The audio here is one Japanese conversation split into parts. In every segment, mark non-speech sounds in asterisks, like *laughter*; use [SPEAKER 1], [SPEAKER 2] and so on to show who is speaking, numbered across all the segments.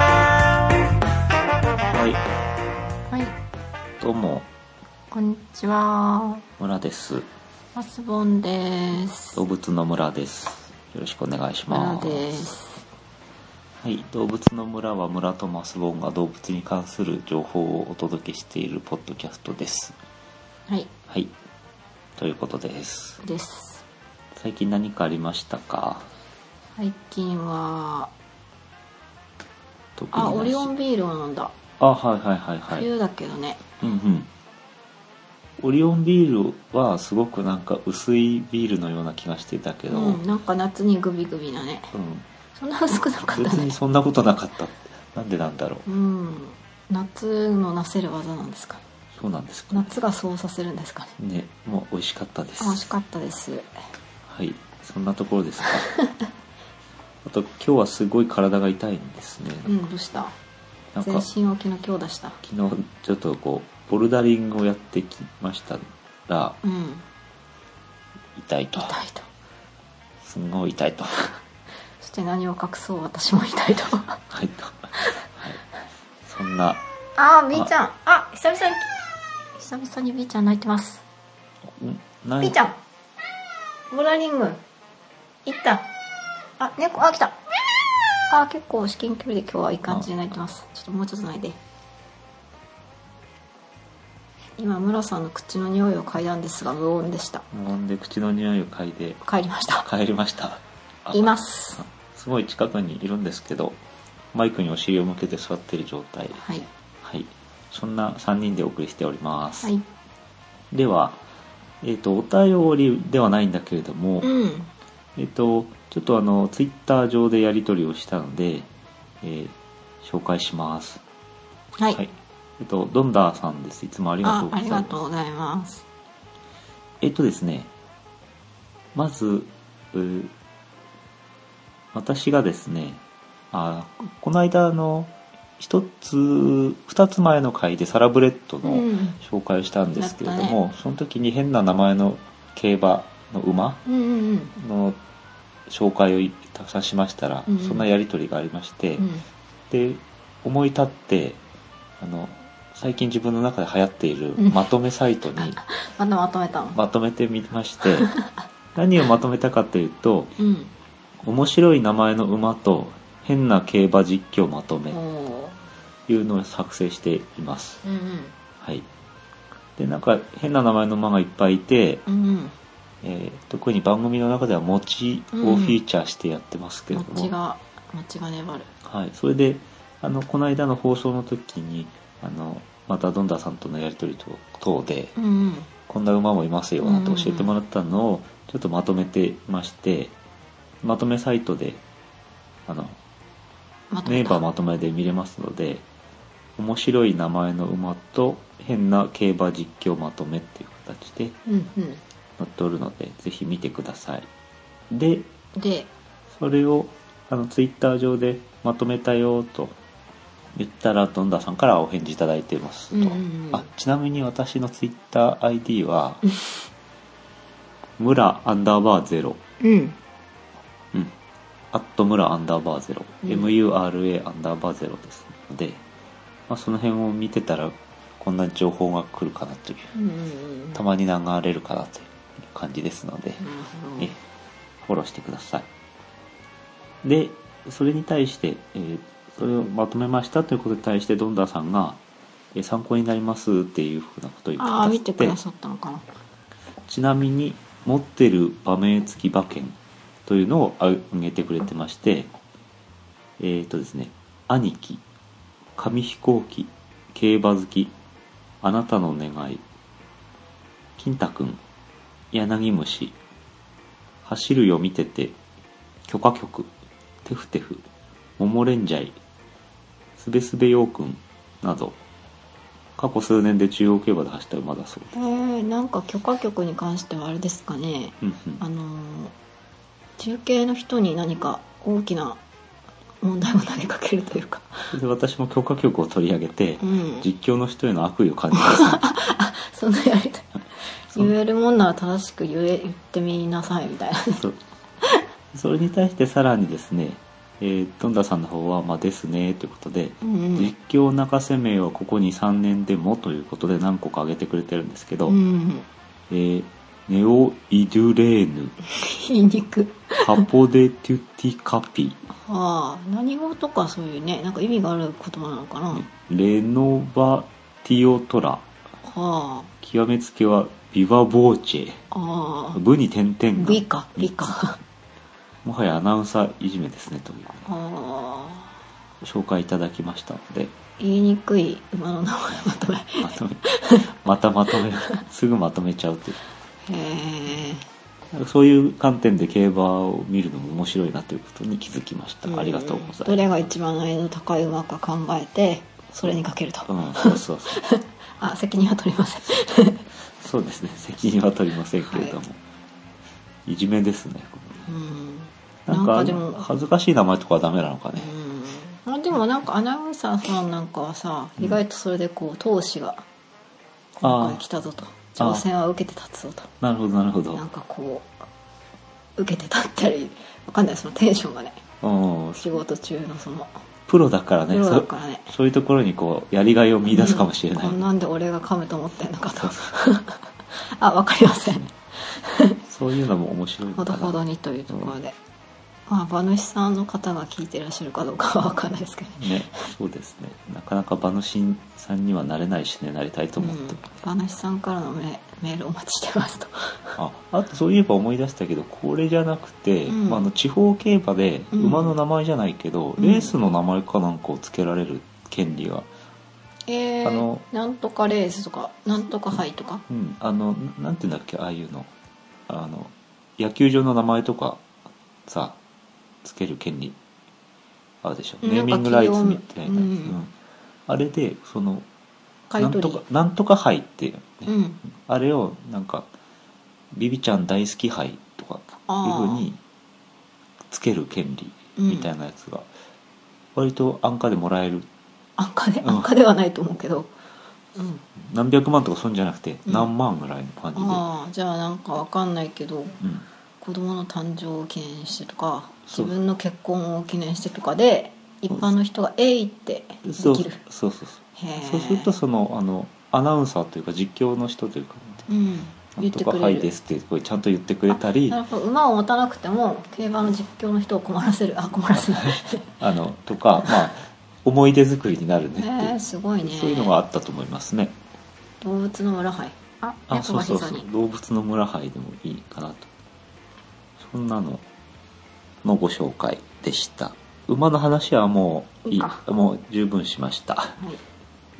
[SPEAKER 1] はい、
[SPEAKER 2] はい、
[SPEAKER 1] どうも、
[SPEAKER 2] こんにちは。
[SPEAKER 1] 村です。
[SPEAKER 2] マスボンです。
[SPEAKER 1] 動物の村です。よろしくお願いし
[SPEAKER 2] 村
[SPEAKER 1] ます。
[SPEAKER 2] です。
[SPEAKER 1] はい、動物の村は村とマスボンが動物に関する情報をお届けしているポッドキャストです。
[SPEAKER 2] はい、
[SPEAKER 1] はい、ということです。
[SPEAKER 2] です。
[SPEAKER 1] 最近何かありましたか
[SPEAKER 2] 最近は、
[SPEAKER 1] 特になし
[SPEAKER 2] あ、オリオンビールを飲んだ。
[SPEAKER 1] あ、はいはいはいはい。
[SPEAKER 2] 冬だけどね。
[SPEAKER 1] うんうん。オリオンビールはすごくなんか薄いビールのような気がしてたけど、
[SPEAKER 2] うん、なんか夏にグビグビなね。
[SPEAKER 1] うん
[SPEAKER 2] そんな薄くなかっ
[SPEAKER 1] 別
[SPEAKER 2] た
[SPEAKER 1] に
[SPEAKER 2] ね。
[SPEAKER 1] そんなことなかった。なんでなんだろう。
[SPEAKER 2] うん、夏のなせる技なんですかね。
[SPEAKER 1] そうなんですかね。
[SPEAKER 2] 夏がそうさせるんですかね。
[SPEAKER 1] ね、もう美味しかったです。
[SPEAKER 2] あ美味しかったです。
[SPEAKER 1] はい、そんなところですか。 *laughs* あと今日はすごい体が痛いんですね。
[SPEAKER 2] うん、どうした
[SPEAKER 1] なん
[SPEAKER 2] 全
[SPEAKER 1] か
[SPEAKER 2] 身を昨日強打した。
[SPEAKER 1] 昨日ちょっとこうボルダリングをやってきましたら
[SPEAKER 2] うん、
[SPEAKER 1] 痛いと
[SPEAKER 2] 痛。いと。
[SPEAKER 1] すんごい痛いと。 *laughs*
[SPEAKER 2] そして何を隠そう私も痛いと。
[SPEAKER 1] はいと。はい。そんな
[SPEAKER 2] あー、B ちゃん。あ、久々に、久々に B ちゃん泣いてます。
[SPEAKER 1] んな
[SPEAKER 2] B ちゃん。ボラリング。行った。あ、猫、あ、来た。あー、結構至近距離で今日はいい感じで泣いてます。ちょっともうちょっと泣いて。今、ムロさんの口の匂いを嗅いだんですが、無音でした。
[SPEAKER 1] 飲んで口の匂いを嗅いで
[SPEAKER 2] 帰りました。
[SPEAKER 1] 帰りました。あ
[SPEAKER 2] います。
[SPEAKER 1] すごい近くにいるんですけど、マイクにお尻を向けて座っている状態。
[SPEAKER 2] はい。
[SPEAKER 1] はい。そんな3人でお送りしております。
[SPEAKER 2] はい。
[SPEAKER 1] では、えっ、と、お便りではないんだけれども、
[SPEAKER 2] うん。
[SPEAKER 1] えっ、と、ちょっとあの、ツイッター上でやり取りをしたので、えー紹介します。
[SPEAKER 2] はい。
[SPEAKER 1] えっ、と、ドンダーさんです。いつもありがと
[SPEAKER 2] あ
[SPEAKER 1] う、ござ
[SPEAKER 2] あ
[SPEAKER 1] い
[SPEAKER 2] り
[SPEAKER 1] ま
[SPEAKER 2] が
[SPEAKER 1] す。
[SPEAKER 2] とうございます。
[SPEAKER 1] えっ、とですね、まず、うー私がですね、あこの間あの、一つ、二つ前の回でサラブレッド
[SPEAKER 2] う
[SPEAKER 1] の、
[SPEAKER 2] ん。
[SPEAKER 1] 紹介したんですけれども、その時に変な名前の競馬の馬
[SPEAKER 2] うんうんうん。
[SPEAKER 1] の紹介をたくさんしましたら、
[SPEAKER 2] うん
[SPEAKER 1] そんなやり取りがありまして、
[SPEAKER 2] うん。
[SPEAKER 1] で思い立ってあの最近自分の中で流行っている
[SPEAKER 2] うん
[SPEAKER 1] まとめサイトに
[SPEAKER 2] まだまとめたの。
[SPEAKER 1] まとめてみまして *laughs* 何をまとめたかというと
[SPEAKER 2] うん。
[SPEAKER 1] 面白い名前の馬と変な競馬実況まとめ
[SPEAKER 2] おおー。
[SPEAKER 1] いうのを作成しています。
[SPEAKER 2] うんうん。
[SPEAKER 1] はい、でなんか変な名前の馬がいっぱいいて、
[SPEAKER 2] うん
[SPEAKER 1] えー特に番組の中では餅をフィーチャーしてやってますけ
[SPEAKER 2] うん、
[SPEAKER 1] れども、
[SPEAKER 2] 餅が餅が粘る
[SPEAKER 1] はい、それであのこの間の放送の時にあのまたドンダさんとのやり取りと等で
[SPEAKER 2] うんうん
[SPEAKER 1] こんな馬もいますよなんて教えてもらったのをちょっとまとめてましてまとめサイトであの
[SPEAKER 2] まと
[SPEAKER 1] ネ
[SPEAKER 2] め
[SPEAKER 1] イバ
[SPEAKER 2] た
[SPEAKER 1] ーまとめで見れますので面白い名前の馬と変な競馬実況まとめっていう形で
[SPEAKER 2] うんうん
[SPEAKER 1] 載っておるのでぜひ見てくださいで
[SPEAKER 2] で
[SPEAKER 1] それをあのツイッター上でまとめたよと言ったらどんださんからお返事いただいてますと、
[SPEAKER 2] うんうんうん
[SPEAKER 1] あちなみに私のツイッター ID は村アンダーバーゼロ
[SPEAKER 2] うん
[SPEAKER 1] うんアット村アンダーバーゼロ
[SPEAKER 2] うん
[SPEAKER 1] MURA アンダーバーゼロですので、まあ、その辺を見てたらこんな情報が来るかなという
[SPEAKER 2] うんうんうん
[SPEAKER 1] たまに流れるかなという感じですので、
[SPEAKER 2] なるほど
[SPEAKER 1] えフォローしてくださいでそれに対して、えーそれをまとめましたということに対してドンダさんが、えー参考になりますっていうふうなことを言
[SPEAKER 2] ああ
[SPEAKER 1] っ
[SPEAKER 2] 見
[SPEAKER 1] て
[SPEAKER 2] て
[SPEAKER 1] く
[SPEAKER 2] く
[SPEAKER 1] だ
[SPEAKER 2] だ
[SPEAKER 1] さっ
[SPEAKER 2] さったのかな
[SPEAKER 1] てちなみに持ってる場名付き馬券というのをあげてくれてましてえっ、とですね「兄貴」「紙飛行機」「競馬好き」「あなたの願い」「金太くん」「柳虫」「走るよ見てて」「許可局」「テフテフ」「モモレンジャイ」すべすべようくんなど過去数年で中央競馬で走った馬だそうで
[SPEAKER 2] へえなんか許可局に関してはあれですかね
[SPEAKER 1] うん
[SPEAKER 2] あのー中継の人に何か大きな問題を投げかけるというか、
[SPEAKER 1] うん、で私も許可局を取り上げて
[SPEAKER 2] うん、
[SPEAKER 1] 実況の人への悪意を感じますね
[SPEAKER 2] そんなやりたい
[SPEAKER 1] *laughs* そ
[SPEAKER 2] 言
[SPEAKER 1] う
[SPEAKER 2] えるもんなら正しく言え言ってみなさいみたいな *laughs*
[SPEAKER 1] そうそれに対してさらにですね、えー、ドンダさんの方は「まあ、ですね」ということで
[SPEAKER 2] うんうん
[SPEAKER 1] 実況中瀬名はここ23年でもということで何個か挙げてくれてるんですけど、
[SPEAKER 2] うん
[SPEAKER 1] えーネオ・イドゥレーヌ
[SPEAKER 2] *laughs* 皮肉
[SPEAKER 1] カポデ・テュティ・カピ
[SPEAKER 2] ああ何語とかそういうねなんか意味がある言葉なのかな、は
[SPEAKER 1] レノバ・ティオトラ
[SPEAKER 2] あ
[SPEAKER 1] 極めつけはビバ・ボーチ
[SPEAKER 2] あ
[SPEAKER 1] ェ
[SPEAKER 2] あ
[SPEAKER 1] 部に点々が
[SPEAKER 2] 美か美か
[SPEAKER 1] もはやアナウンサーいじめですねという
[SPEAKER 2] ああ
[SPEAKER 1] 紹介いただきましたので
[SPEAKER 2] 言いにくい馬の名前まとめへ
[SPEAKER 1] まとめ *laughs* またまとめすぐまとめちゃうという
[SPEAKER 2] え
[SPEAKER 1] そういう観点で競馬を見るのも面白いなということに気づきました、
[SPEAKER 2] ん
[SPEAKER 1] ありがとうございます
[SPEAKER 2] どれが一番難易度高い馬か考えてそれにかけると、
[SPEAKER 1] うん、そうそうそう
[SPEAKER 2] あ責任は取りません
[SPEAKER 1] そうですね責任は取りませんけれども、い、じめですね
[SPEAKER 2] うん
[SPEAKER 1] な
[SPEAKER 2] なん
[SPEAKER 1] んか
[SPEAKER 2] かでも
[SPEAKER 1] 恥ずかしい名前とかはダメなのかね
[SPEAKER 2] うんあでもなんかアナウンサーさんなんかはさ、
[SPEAKER 1] うん
[SPEAKER 2] 意外とそれでこう闘志が今回来たぞと挑戦は受けて立つぞと
[SPEAKER 1] なるほどなるほど
[SPEAKER 2] なんかこう受けて立ったりわかんないそのテンションがね
[SPEAKER 1] うん
[SPEAKER 2] 仕事中のその
[SPEAKER 1] プロだからね
[SPEAKER 2] プロだからね
[SPEAKER 1] そそういうところにこうやりがいを見出すかもしれない、
[SPEAKER 2] うんこんなんで俺が噛むと思ってんのかと *laughs* あわかりません
[SPEAKER 1] そういうのも面白いの
[SPEAKER 2] ほ
[SPEAKER 1] か
[SPEAKER 2] ど
[SPEAKER 1] な
[SPEAKER 2] ほどにというところで、まあ馬主さんの方が聞いてらっしゃるかどうかはわかんないですけどね
[SPEAKER 1] ねそうですねなかなか馬主さんにはなれないしねなりたいと思って、
[SPEAKER 2] うん、馬主さんからのメメールお待ちしてま
[SPEAKER 1] *laughs*
[SPEAKER 2] すと
[SPEAKER 1] ああとそういえば思い出したけどこれじゃなくて、
[SPEAKER 2] うん
[SPEAKER 1] まあ、あの地方競馬で
[SPEAKER 2] うん
[SPEAKER 1] 馬の名前じゃないけど、
[SPEAKER 2] うん
[SPEAKER 1] レースの名前かなんかを付けられる権利が、
[SPEAKER 2] えー、
[SPEAKER 1] あの
[SPEAKER 2] なんとかレースとかなんとか杯とか
[SPEAKER 1] うん、あのななんて言うんだっけああいうのあの野球場の名前とかさ付ける権利あるでしょ
[SPEAKER 2] うん
[SPEAKER 1] ネーミングライツみたいなやつ、うん
[SPEAKER 2] なか企業うん
[SPEAKER 1] んあれでその
[SPEAKER 2] 買
[SPEAKER 1] ないん
[SPEAKER 2] 取
[SPEAKER 1] と
[SPEAKER 2] り
[SPEAKER 1] かなんとか杯っていうね、
[SPEAKER 2] うん
[SPEAKER 1] あれをなんか「ビビちゃん大好き杯」とかいう
[SPEAKER 2] あ
[SPEAKER 1] ふう
[SPEAKER 2] あ
[SPEAKER 1] につける権利
[SPEAKER 2] うん
[SPEAKER 1] みたいなやつが割と安価でもらえる
[SPEAKER 2] 安価で
[SPEAKER 1] うん
[SPEAKER 2] 安価ではないと思うけど、うん、
[SPEAKER 1] 何百万とかそんじゃなくて
[SPEAKER 2] うん
[SPEAKER 1] 何万ぐらいの感じで、
[SPEAKER 2] ああじゃあなんかわかんないけど
[SPEAKER 1] うん
[SPEAKER 2] 子供の誕生を記念してとか
[SPEAKER 1] そ
[SPEAKER 2] 自
[SPEAKER 1] う
[SPEAKER 2] 分の結婚を記念してとかで一般の人が「えい!」ってで
[SPEAKER 1] そう
[SPEAKER 2] きる
[SPEAKER 1] そうそうそう
[SPEAKER 2] へえ
[SPEAKER 1] そうするとそのあのアナウンサーというか実況の人というか「
[SPEAKER 2] うん
[SPEAKER 1] なん
[SPEAKER 2] 言って
[SPEAKER 1] と
[SPEAKER 2] く
[SPEAKER 1] か
[SPEAKER 2] れる、
[SPEAKER 1] はいです」ってこれちゃんと言ってくれたり
[SPEAKER 2] な
[SPEAKER 1] あ
[SPEAKER 2] るほど馬を持たなくても競馬の実況の人を困らせるあ困
[SPEAKER 1] *laughs*
[SPEAKER 2] らせない
[SPEAKER 1] のとかまあ思い出作りになるねっていう
[SPEAKER 2] ねえすごいね
[SPEAKER 1] そういうのがあったと思いますね。
[SPEAKER 2] 動物の村杯あ
[SPEAKER 1] あ
[SPEAKER 2] 猫
[SPEAKER 1] そう
[SPEAKER 2] が
[SPEAKER 1] そう
[SPEAKER 2] 膝
[SPEAKER 1] そう
[SPEAKER 2] に
[SPEAKER 1] 動物の村杯でもいいかなとそんなののご紹介でした馬の話はもういい
[SPEAKER 2] いいか
[SPEAKER 1] もう十分しました
[SPEAKER 2] は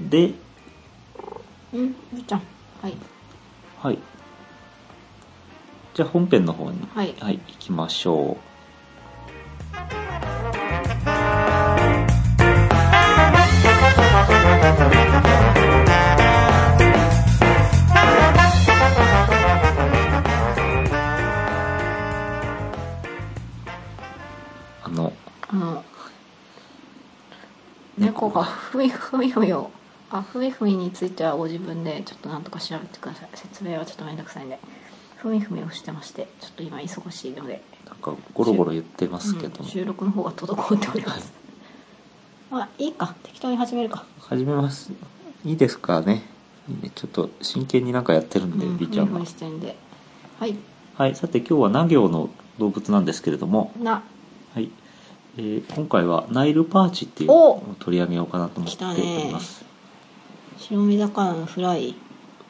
[SPEAKER 2] い
[SPEAKER 1] で
[SPEAKER 2] うんゆうちゃんはい
[SPEAKER 1] はいじゃあ本編の方に
[SPEAKER 2] はい
[SPEAKER 1] はい、行きましょうあの
[SPEAKER 2] あの猫がふみふみふみをあふみふみについてはご自分でちょっとなんとか調べてください説明はちょっとめんどくさいんでふみふみをしてましてちょっと今忙しいので、
[SPEAKER 1] なんかゴロゴロ言ってますけど
[SPEAKER 2] うん
[SPEAKER 1] も、
[SPEAKER 2] 収録の方が滞っておりますまあいいか適当に始めるか
[SPEAKER 1] 始めますいいですかねいいねちょっと真剣になんかやってるんで、
[SPEAKER 2] うん
[SPEAKER 1] り
[SPEAKER 2] ふ
[SPEAKER 1] ち
[SPEAKER 2] み
[SPEAKER 1] ゃん
[SPEAKER 2] ふ
[SPEAKER 1] は
[SPEAKER 2] みしてんではい
[SPEAKER 1] はいさて今日はな行の動物なんですけれども
[SPEAKER 2] な
[SPEAKER 1] はい、えー今回はナイルパーチっていうの
[SPEAKER 2] お
[SPEAKER 1] を取り上げようかなと思っております、
[SPEAKER 2] 白身魚のフライ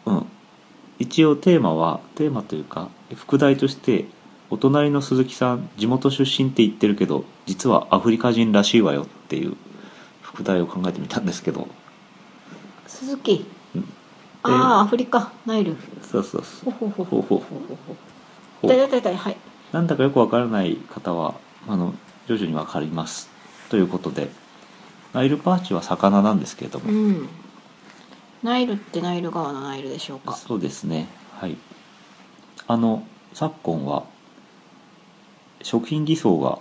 [SPEAKER 1] うん、一応テーマはテーマというか副題として「お隣の鈴木さん地元出身って言ってるけど実はアフリカ人らしいわよ」っていう副題を考えてみたんですけど
[SPEAKER 2] 鈴木
[SPEAKER 1] うん
[SPEAKER 2] ああ、アフリカナイル
[SPEAKER 1] そうそうそ
[SPEAKER 2] ほ
[SPEAKER 1] う
[SPEAKER 2] ほほ
[SPEAKER 1] ほうほうほ
[SPEAKER 2] だいうたいたいはい
[SPEAKER 1] なんだかよくわからない方はあの徐々にわかりますということでナイルパーチは魚なんですけれど
[SPEAKER 2] う
[SPEAKER 1] も、
[SPEAKER 2] んナイルってナイル川のナイルでしょうか
[SPEAKER 1] そうですねはいあの昨今は食品偽装が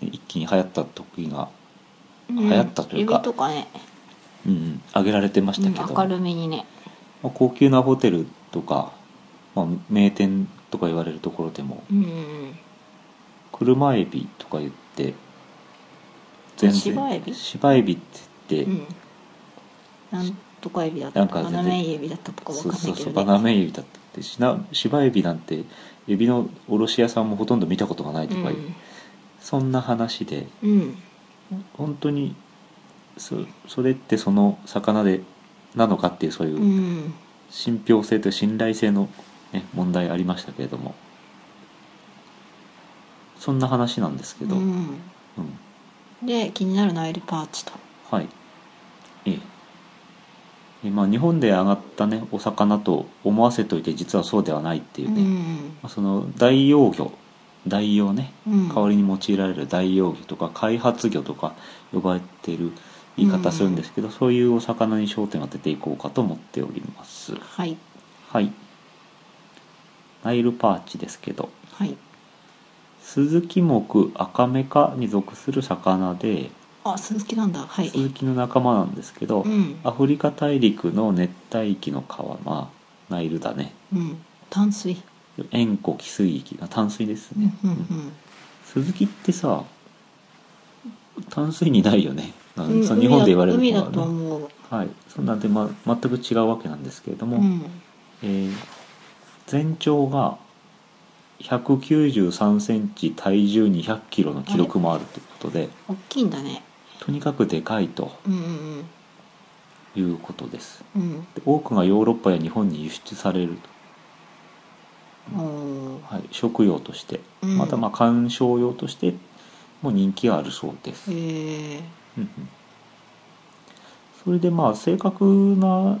[SPEAKER 1] 一気に流行った時が、
[SPEAKER 2] 流
[SPEAKER 1] 行ったというか
[SPEAKER 2] 指とかね、
[SPEAKER 1] うんうん、挙げられてましたけど、
[SPEAKER 2] うん明るめにね
[SPEAKER 1] まあ、高級なホテルとか、まあ、名店とか言われるところでも
[SPEAKER 2] うんうん
[SPEAKER 1] 車エビとか言って
[SPEAKER 2] 芝エビ
[SPEAKER 1] 芝エビって言って、
[SPEAKER 2] うんなんとか指だった
[SPEAKER 1] なん
[SPEAKER 2] とか
[SPEAKER 1] か全然
[SPEAKER 2] 斜め指だったとかわか
[SPEAKER 1] そ
[SPEAKER 2] ん
[SPEAKER 1] う
[SPEAKER 2] ないけ
[SPEAKER 1] そ
[SPEAKER 2] ど、
[SPEAKER 1] う
[SPEAKER 2] ね、
[SPEAKER 1] そうバナメイエビだってってしな芝エビなんてエビの卸屋さんもほとんど見たことがないとかいう、そんな話で
[SPEAKER 2] うん、うん、、
[SPEAKER 1] 本当にそそれってその魚でなのかっていうそういううん信憑性と信頼性の、ね、問題ありましたけれどもそんな話なんですけど、
[SPEAKER 2] うん
[SPEAKER 1] うん
[SPEAKER 2] で気になるナイルパーチと
[SPEAKER 1] はいえええまあ、日本で上がった、ね、お魚と思わせといて実はそうではないっていううね、ま
[SPEAKER 2] ん
[SPEAKER 1] あその代用魚代用ね
[SPEAKER 2] うん
[SPEAKER 1] 代わりに用いられる代用魚とか開発魚とか呼ばれてる言い方するんですけど、そういうお魚に焦点を当てていこうかと思っております
[SPEAKER 2] はい
[SPEAKER 1] はいナイルパーチですけど
[SPEAKER 2] はい
[SPEAKER 1] スズキ目アカメカに属する魚で
[SPEAKER 2] あ鈴木なんだはい
[SPEAKER 1] スズキの仲間なんですけど、
[SPEAKER 2] うん
[SPEAKER 1] アフリカ大陸の熱帯域の川まあナイルだね
[SPEAKER 2] うん淡水
[SPEAKER 1] 塩湖汽水域が淡水です
[SPEAKER 2] うん
[SPEAKER 1] ね、
[SPEAKER 2] うんうん
[SPEAKER 1] スズキってさ淡水にないよね、あ
[SPEAKER 2] うん
[SPEAKER 1] そう日本で言われる
[SPEAKER 2] 海だ
[SPEAKER 1] の
[SPEAKER 2] 海だと
[SPEAKER 1] はね
[SPEAKER 2] 思う、
[SPEAKER 1] はいそんなんで、ま、全く違うわけなんですけれど
[SPEAKER 2] う
[SPEAKER 1] も、
[SPEAKER 2] ん、
[SPEAKER 1] えー全長が1 9 3センチ体重2 0 0キロの記録もあるということで
[SPEAKER 2] 大きいんだね
[SPEAKER 1] とにかくでかいと
[SPEAKER 2] うんうん
[SPEAKER 1] いうことです
[SPEAKER 2] うん
[SPEAKER 1] で多くがヨーロッパや日本に輸出される
[SPEAKER 2] うんおー
[SPEAKER 1] と、はい、食用として
[SPEAKER 2] うん
[SPEAKER 1] またまあ観賞用としても人気があるそうです
[SPEAKER 2] へえ
[SPEAKER 1] うんうんそれでまあ正確な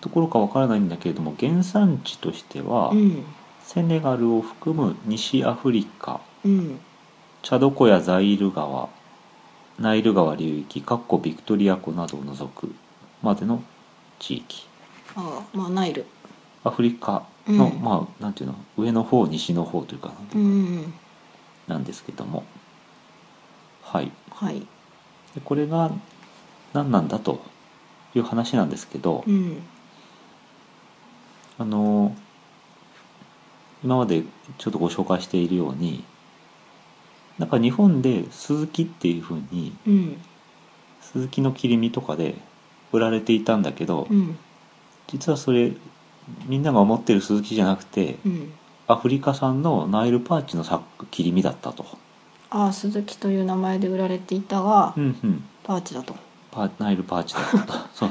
[SPEAKER 1] ところかわからないんだけれども原産地としては
[SPEAKER 2] うん
[SPEAKER 1] セネガルを含む西アフリカ
[SPEAKER 2] うん
[SPEAKER 1] チャド湖やザイール川ナイル川流域かっこビクトリア湖などを除くまでの地域
[SPEAKER 2] あまあナイル
[SPEAKER 1] アフリカの、
[SPEAKER 2] うん
[SPEAKER 1] まあなんていうの上の方西の方というかなんて
[SPEAKER 2] う
[SPEAKER 1] いうん
[SPEAKER 2] うん
[SPEAKER 1] なんですけどもはい
[SPEAKER 2] はい
[SPEAKER 1] でこれが何なんだという話なんですけど、
[SPEAKER 2] うん
[SPEAKER 1] あの今までちょっとご紹介しているようになんか日本で鈴木っていう風に
[SPEAKER 2] うん
[SPEAKER 1] 鈴木の切り身とかで売られていたんだけど、
[SPEAKER 2] うん
[SPEAKER 1] 実はそれみんなが思ってる鈴木じゃなくて
[SPEAKER 2] うん
[SPEAKER 1] アフリカ産のナイルパーチのさ切り身だったと、
[SPEAKER 2] ああ鈴木という名前で売られていたが
[SPEAKER 1] うんうん、
[SPEAKER 2] パーチだと
[SPEAKER 1] パーナイルパーチだった *laughs* とそうそ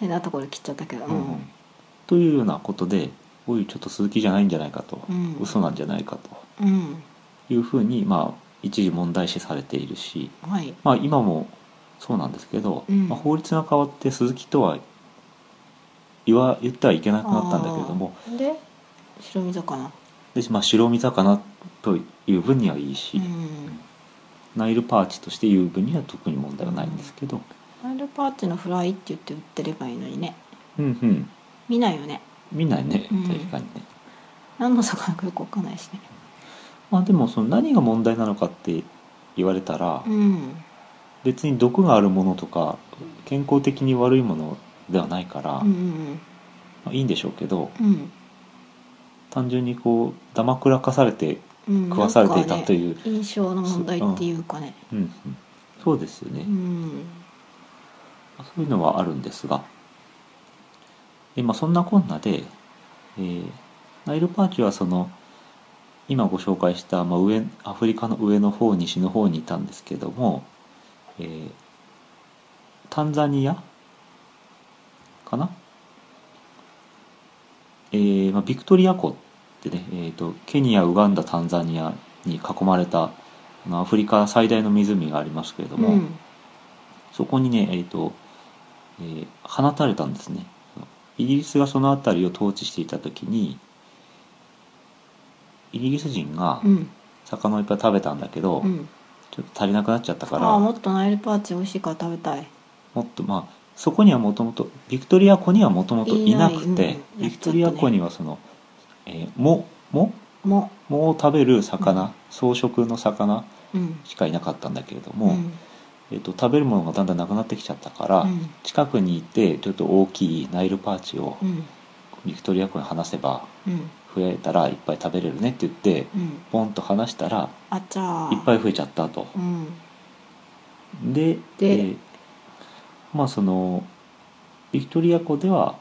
[SPEAKER 2] 変なところ切っちゃったけど
[SPEAKER 1] う、うんうん、というようなことでおいちょっと鈴木じゃないんじゃないかと、
[SPEAKER 2] うん
[SPEAKER 1] 嘘なんじゃないかと
[SPEAKER 2] うん
[SPEAKER 1] いうふうに、まあ、一時問題視されているし、
[SPEAKER 2] はい
[SPEAKER 1] まあ、今もそうなんですけど、
[SPEAKER 2] うん
[SPEAKER 1] まあ、法律が変わって鈴木とは言わ言ってはいけなくなったんだけれども
[SPEAKER 2] あーで白身魚
[SPEAKER 1] で、まあ、白身魚という分にはいいし、
[SPEAKER 2] うん
[SPEAKER 1] ナイルパーチとしていう分には特に問題はないんですけど、
[SPEAKER 2] ナイルパーチのフライって言って売ってればいいのにね
[SPEAKER 1] うんうん、
[SPEAKER 2] 見ないよね
[SPEAKER 1] 見ないね
[SPEAKER 2] うん
[SPEAKER 1] 確かにね。
[SPEAKER 2] 何の魚かよくわかんないしね
[SPEAKER 1] まあ、でもその何が問題なのかって言われたら、
[SPEAKER 2] うん
[SPEAKER 1] 別に毒があるものとか健康的に悪いものではないから、
[SPEAKER 2] うんうん
[SPEAKER 1] まあいいんでしょうけど
[SPEAKER 2] うん
[SPEAKER 1] 単純にこうだまくらかされて
[SPEAKER 2] うん
[SPEAKER 1] 食わされていたと
[SPEAKER 2] う
[SPEAKER 1] いう、
[SPEAKER 2] 印象の問題っていうかね
[SPEAKER 1] うんうんそうですよね、
[SPEAKER 2] うん
[SPEAKER 1] そういうのはあるんですがで、まあ、そんなこんなで、えーナイルパーチはその今ご紹介した、まあ、上アフリカの上の方西の方にいたんですけども、えータンザニアかな、えーまあ、ビクトリア湖ってね、えーとケニアウガンダタンザニアに囲まれたあのアフリカ最大の湖がありますけれども、
[SPEAKER 2] うん
[SPEAKER 1] そこにね、えーとえー放たれたんですねイギリスがその辺りを統治していた時にイギリス人が
[SPEAKER 2] うん
[SPEAKER 1] 魚をいっぱい食べたんだけど、
[SPEAKER 2] うん
[SPEAKER 1] ちょっと足りなくなっちゃったから
[SPEAKER 2] ああもっとナイルパーチ美味しいから食べたい
[SPEAKER 1] もっとまあそこにはもともとビクトリア湖にはもともといなく
[SPEAKER 2] いない
[SPEAKER 1] て
[SPEAKER 2] うん
[SPEAKER 1] ビクトリア湖にはその、えー藻藻
[SPEAKER 2] も
[SPEAKER 1] 藻を食べる魚、
[SPEAKER 2] うん
[SPEAKER 1] 草食の魚
[SPEAKER 2] ううん
[SPEAKER 1] しかいなかったんだけれども、
[SPEAKER 2] ん
[SPEAKER 1] えっと食べるものがだんだんなくなってきちゃったから、
[SPEAKER 2] うん
[SPEAKER 1] 近くにいてちょっと大きいナイルパーチを
[SPEAKER 2] うん
[SPEAKER 1] ビクトリア湖に放せば
[SPEAKER 2] うん
[SPEAKER 1] 増えたらいっぱい食べれるねって言って
[SPEAKER 2] うん
[SPEAKER 1] ポンと放したら
[SPEAKER 2] あちゃー
[SPEAKER 1] いっぱい増えちゃったと。
[SPEAKER 2] うん
[SPEAKER 1] で
[SPEAKER 2] で
[SPEAKER 1] えーまあそのビクトリア湖では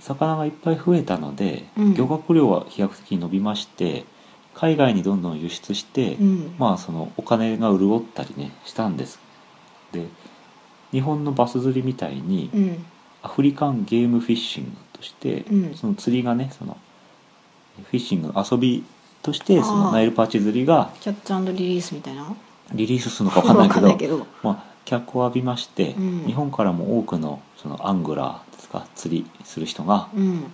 [SPEAKER 1] 魚がいっぱい増えたので、
[SPEAKER 2] うん
[SPEAKER 1] 漁獲量は飛躍的に伸びまして海外にどんどん輸出して、
[SPEAKER 2] うん
[SPEAKER 1] まあそのお金が潤ったりねしたんですで日本のバス釣りみたいに
[SPEAKER 2] うん
[SPEAKER 1] アフリカンゲームフィッシングとして、
[SPEAKER 2] うん
[SPEAKER 1] その釣りがねそのフィッシングの遊びとしてそ
[SPEAKER 2] あ
[SPEAKER 1] の
[SPEAKER 2] ー
[SPEAKER 1] ナイルパーチ釣りが
[SPEAKER 2] キャッチリリースみたいな
[SPEAKER 1] リリースするのか分かんないけ
[SPEAKER 2] わ
[SPEAKER 1] ど
[SPEAKER 2] けど
[SPEAKER 1] まあ、脚光を浴びまして、
[SPEAKER 2] うん
[SPEAKER 1] 日本からも多くのそのアングラーですか釣りする人が
[SPEAKER 2] うん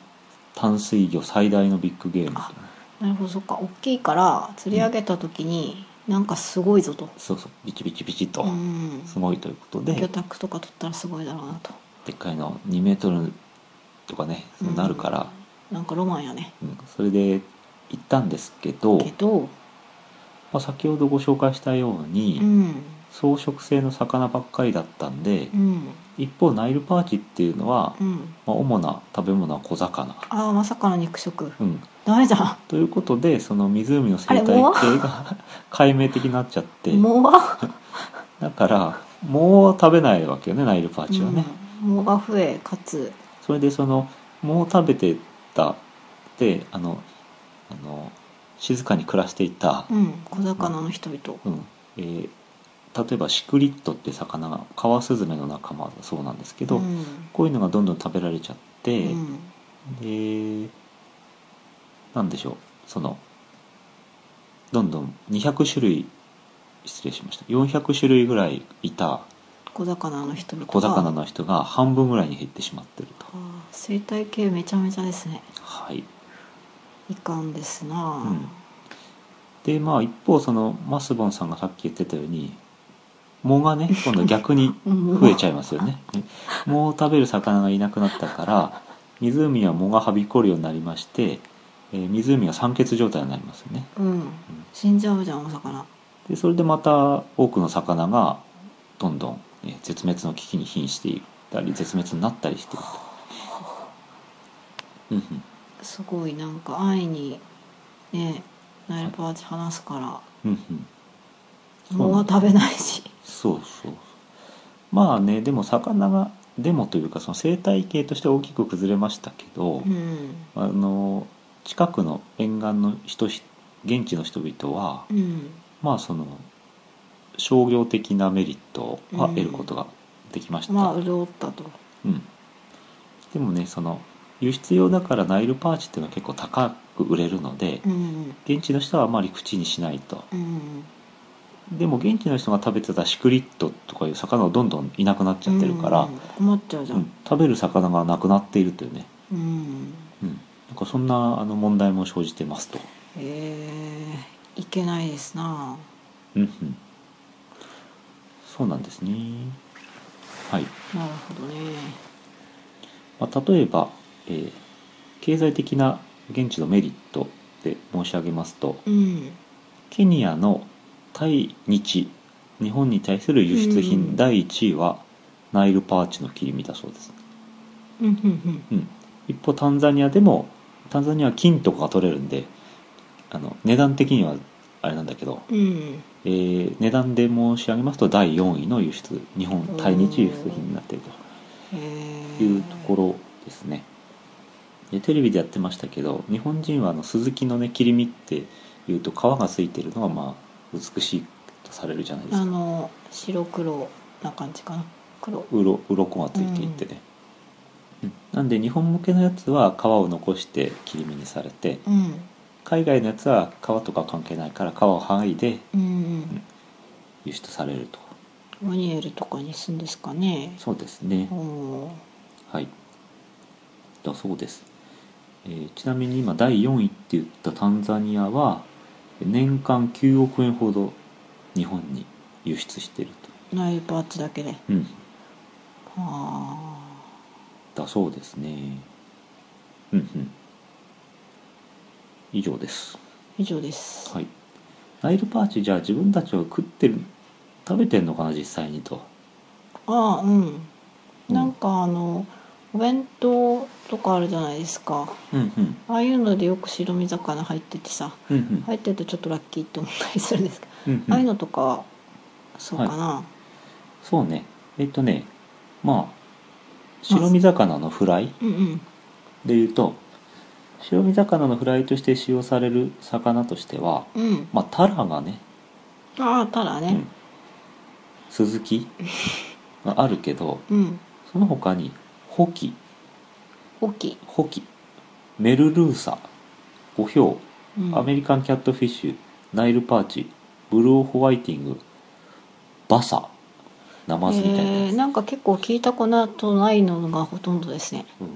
[SPEAKER 1] 淡水魚最大のビッグゲームと
[SPEAKER 2] あなるほどそっか大きいから釣り上げた時に、なんかすごいぞと、
[SPEAKER 1] そうそうビチビチビチと
[SPEAKER 2] うん、
[SPEAKER 1] すごいということで、
[SPEAKER 2] 魚
[SPEAKER 1] で
[SPEAKER 2] 拓とか取ったらすごいだろうなと
[SPEAKER 1] っかいの2メートルとかね
[SPEAKER 2] うん
[SPEAKER 1] なるから、
[SPEAKER 2] なんかロマンやね
[SPEAKER 1] うんそれで行ったんですけど、
[SPEAKER 2] けど
[SPEAKER 1] まあ、先ほどご紹介したように、
[SPEAKER 2] うん
[SPEAKER 1] 草食性の魚ばっかりだったんで、
[SPEAKER 2] うん
[SPEAKER 1] 一方ナイルパーチっていうのは、
[SPEAKER 2] うん
[SPEAKER 1] まあ、主な食べ物は小魚、
[SPEAKER 2] ああまさかの肉食
[SPEAKER 1] うん、
[SPEAKER 2] ダメじゃ
[SPEAKER 1] ということでその湖の生態系
[SPEAKER 2] あれ藻
[SPEAKER 1] が *laughs* 解明的になっちゃって
[SPEAKER 2] ん藻が、
[SPEAKER 1] だから藻を食べないわけよねナイルパーチはね、
[SPEAKER 2] うん、藻が増えかつ
[SPEAKER 1] それでその藻を食べてたであのあの静かに暮らしていた
[SPEAKER 2] う、ん小魚の人々
[SPEAKER 1] うんえー例えばシクリットって魚がカワスズメの仲間だそうなんですけど、
[SPEAKER 2] うん
[SPEAKER 1] こういうのがどんどん食べられちゃって、
[SPEAKER 2] うん
[SPEAKER 1] でなんでしょうそのどんどん200種類失礼しました400種類ぐらいいた
[SPEAKER 2] 小魚の人々が
[SPEAKER 1] 小魚の人が半分ぐらいに減ってしまってると
[SPEAKER 2] ああ生態系めちゃめちゃですね
[SPEAKER 1] はい
[SPEAKER 2] いかんですな、
[SPEAKER 1] うんでまあ一方そのマスボンさんがさっき言ってたように藻がね今度逆 *laughs* に増えちゃいますよね藻を食べる魚がいなくなったから湖には藻がはびこるようになりまして、えー湖が酸欠状態になりますよね
[SPEAKER 2] うん死んじゃうじゃんお魚
[SPEAKER 1] でそれでまた多くの魚がどんどんえー絶滅の危機に瀕していったり絶滅になったりしていると、うん
[SPEAKER 2] すごいなんか安易にねナイルパーチ話すか
[SPEAKER 1] うんうんうん、
[SPEAKER 2] ら
[SPEAKER 1] そう
[SPEAKER 2] 藻は食べないし
[SPEAKER 1] そうそうまあねでも魚がでもというかその生態系として大きく崩れましたけど、
[SPEAKER 2] うん
[SPEAKER 1] あの近くの沿岸の人し現地の人々は、
[SPEAKER 2] うん
[SPEAKER 1] まあその商業的なメリットは得ることができました、
[SPEAKER 2] まあ潤ったと
[SPEAKER 1] うん、でもねその輸出用だからナイルパーチっていうのは結構高く売れるので、
[SPEAKER 2] うん
[SPEAKER 1] 現地の人はあまり口にしないと
[SPEAKER 2] うん
[SPEAKER 1] でも現地の人が食べてたシクリットとかいう魚はどんどんいなくなっちゃってるから、
[SPEAKER 2] うん困っちゃうじゃ
[SPEAKER 1] うん
[SPEAKER 2] ん
[SPEAKER 1] 食べる魚がなくなっているというね、
[SPEAKER 2] うん
[SPEAKER 1] うん、なんかそんなあの問題も生じてますと、
[SPEAKER 2] えーいけないですな
[SPEAKER 1] うんうん、そうなんですねはい、
[SPEAKER 2] なるほどね
[SPEAKER 1] まあ、例えば、えー経済的な現地のメリットで申し上げますと、
[SPEAKER 2] うん
[SPEAKER 1] ケニアの対日日本に対する輸出
[SPEAKER 2] う
[SPEAKER 1] 品
[SPEAKER 2] ん
[SPEAKER 1] 第1位はナイルパーチの切り身だそうです、
[SPEAKER 2] うんうん
[SPEAKER 1] うん、一方タンザニアでもタンザニアは金とかが取れるんであの値段的にはあれなんだけど、
[SPEAKER 2] うんうん
[SPEAKER 1] えー値段で申し上げますと第4位の輸出日本対日輸出品になっている
[SPEAKER 2] え
[SPEAKER 1] と
[SPEAKER 2] ー
[SPEAKER 1] いうところですねでテレビでやってましたけど日本人はあのスズキのね切り身っていうと皮がついてるのがまあ美しいとされるじゃないですか
[SPEAKER 2] あの白黒な感じかな黒
[SPEAKER 1] うろ鱗がついていてね、うんなんで日本向けのやつは皮を残して切り身にされて
[SPEAKER 2] うん
[SPEAKER 1] 海外のやつは皮とか関係ないから皮を剥いで
[SPEAKER 2] うん
[SPEAKER 1] 輸出されると
[SPEAKER 2] うんムニエルとかに住んですかね
[SPEAKER 1] そうですね
[SPEAKER 2] おー
[SPEAKER 1] はいだそうです、えーちなみに今第4位って言ったタンザニアは年間9億円ほど日本に輸出してる
[SPEAKER 2] ライブバーツだけでは
[SPEAKER 1] と、うん、
[SPEAKER 2] あ
[SPEAKER 1] だそうですねうんうん以上です
[SPEAKER 2] 以上です、
[SPEAKER 1] はいナイルパーチじゃあ自分たちは食ってる食べてんのかな実際にと
[SPEAKER 2] ああうん
[SPEAKER 1] うん
[SPEAKER 2] なんかあのお弁当とかあるじゃないですか
[SPEAKER 1] うんうん
[SPEAKER 2] ああいうのでよく白身魚入っててさ
[SPEAKER 1] うんうん
[SPEAKER 2] 入ってるとちょっとラッキーって思ったりするんですけど、
[SPEAKER 1] うん
[SPEAKER 2] ああ
[SPEAKER 1] う
[SPEAKER 2] いうんのとかはそうかな、
[SPEAKER 1] そうねえっとねまあ白身魚のフライ
[SPEAKER 2] うんうん
[SPEAKER 1] でいうと白身魚のフライとして使用される魚としては
[SPEAKER 2] うん
[SPEAKER 1] まあタラがね
[SPEAKER 2] ああただ
[SPEAKER 1] う
[SPEAKER 2] ね
[SPEAKER 1] ん、スズキがあるけど
[SPEAKER 2] うん
[SPEAKER 1] その他にホキ
[SPEAKER 2] 大きい、
[SPEAKER 1] ホキメルルーサオヒョ
[SPEAKER 2] うん、
[SPEAKER 1] ウアメリカンキャットフィッシュナイルパーチブルーホワイティングバサナマズみたいな
[SPEAKER 2] え
[SPEAKER 1] やつ
[SPEAKER 2] ー、なんか結構聞いたことないのがほとんどですね
[SPEAKER 1] うん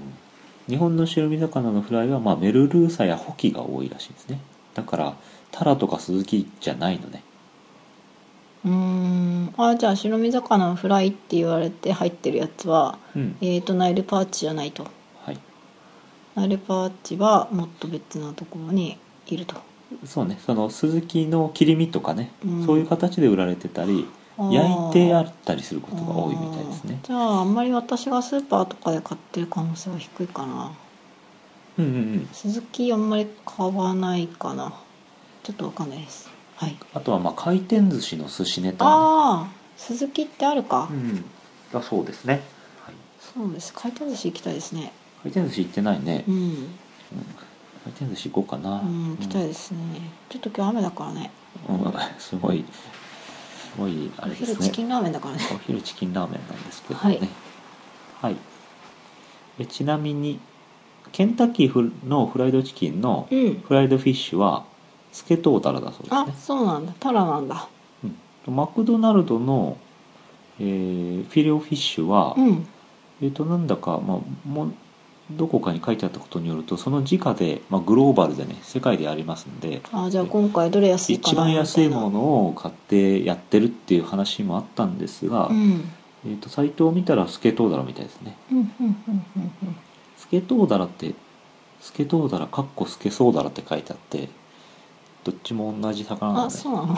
[SPEAKER 1] 日本の白身魚のフライは、まあ、メルルーサやホキが多いらしいですねだからタラとかスズキじゃないのね
[SPEAKER 2] うーんあじゃあ白身魚のフライって言われて入ってるやつは
[SPEAKER 1] うん
[SPEAKER 2] えー、とナイルパーチじゃないと
[SPEAKER 1] はい
[SPEAKER 2] ナイルパーチはもっと別なところにいると
[SPEAKER 1] そうねそのスズキの切り身とかね、
[SPEAKER 2] うん
[SPEAKER 1] そういう形で売られてたり
[SPEAKER 2] あー
[SPEAKER 1] 焼いてあったりすることが多いみたいですね
[SPEAKER 2] あーじゃああんまり私がスーパーとかで買ってる可能性は低いかな
[SPEAKER 1] うんうんうん
[SPEAKER 2] 鈴木あんまり買わないかなちょっとわかんないですはい
[SPEAKER 1] あとはまあ回転寿司の寿司ネタね、
[SPEAKER 2] ああ鈴木ってあるか、
[SPEAKER 1] うんうんだそうですね、はい
[SPEAKER 2] そうです回転寿司行きたいですね
[SPEAKER 1] 回転寿司行ってないね、
[SPEAKER 2] うん、
[SPEAKER 1] 回転寿司行こうかな
[SPEAKER 2] うん、行きたいですね、ちょっと今日雨だからね
[SPEAKER 1] うんうんすごいすごいあ
[SPEAKER 2] お
[SPEAKER 1] れで
[SPEAKER 2] 昼
[SPEAKER 1] す
[SPEAKER 2] チ
[SPEAKER 1] ね
[SPEAKER 2] キンラーメンだか
[SPEAKER 1] *laughs*
[SPEAKER 2] らね
[SPEAKER 1] お昼チキンラーメンなんですけど
[SPEAKER 2] は
[SPEAKER 1] ね
[SPEAKER 2] い、
[SPEAKER 1] はいえちなみにケンタッキーフのフライドチキンの
[SPEAKER 2] うん
[SPEAKER 1] フライドフィッシュはスケトウタラだそう
[SPEAKER 2] あ
[SPEAKER 1] ですね
[SPEAKER 2] そうなんだタラなんだ
[SPEAKER 1] うんマクドナルドの、えーフィレオフィッシュは、
[SPEAKER 2] うん
[SPEAKER 1] えっ、となんだか、まあ、もどこかに書いてあったことによるとその時価で、まあ、グローバルでね世界でやりますんで
[SPEAKER 2] あじゃあ今回どれ安いか
[SPEAKER 1] 一
[SPEAKER 2] な
[SPEAKER 1] 番安い
[SPEAKER 2] みた
[SPEAKER 1] も
[SPEAKER 2] な
[SPEAKER 1] のを買ってやってるっていう話もあったんですが、
[SPEAKER 2] うん
[SPEAKER 1] えー、とサイトを見たらスケトウダラみたいですね
[SPEAKER 2] うんうんうんうんうん
[SPEAKER 1] スケトウダラってスケトウダラかっこスケソウダラって書いてあってどっちも同じ魚な
[SPEAKER 2] あ
[SPEAKER 1] んで
[SPEAKER 2] そうなの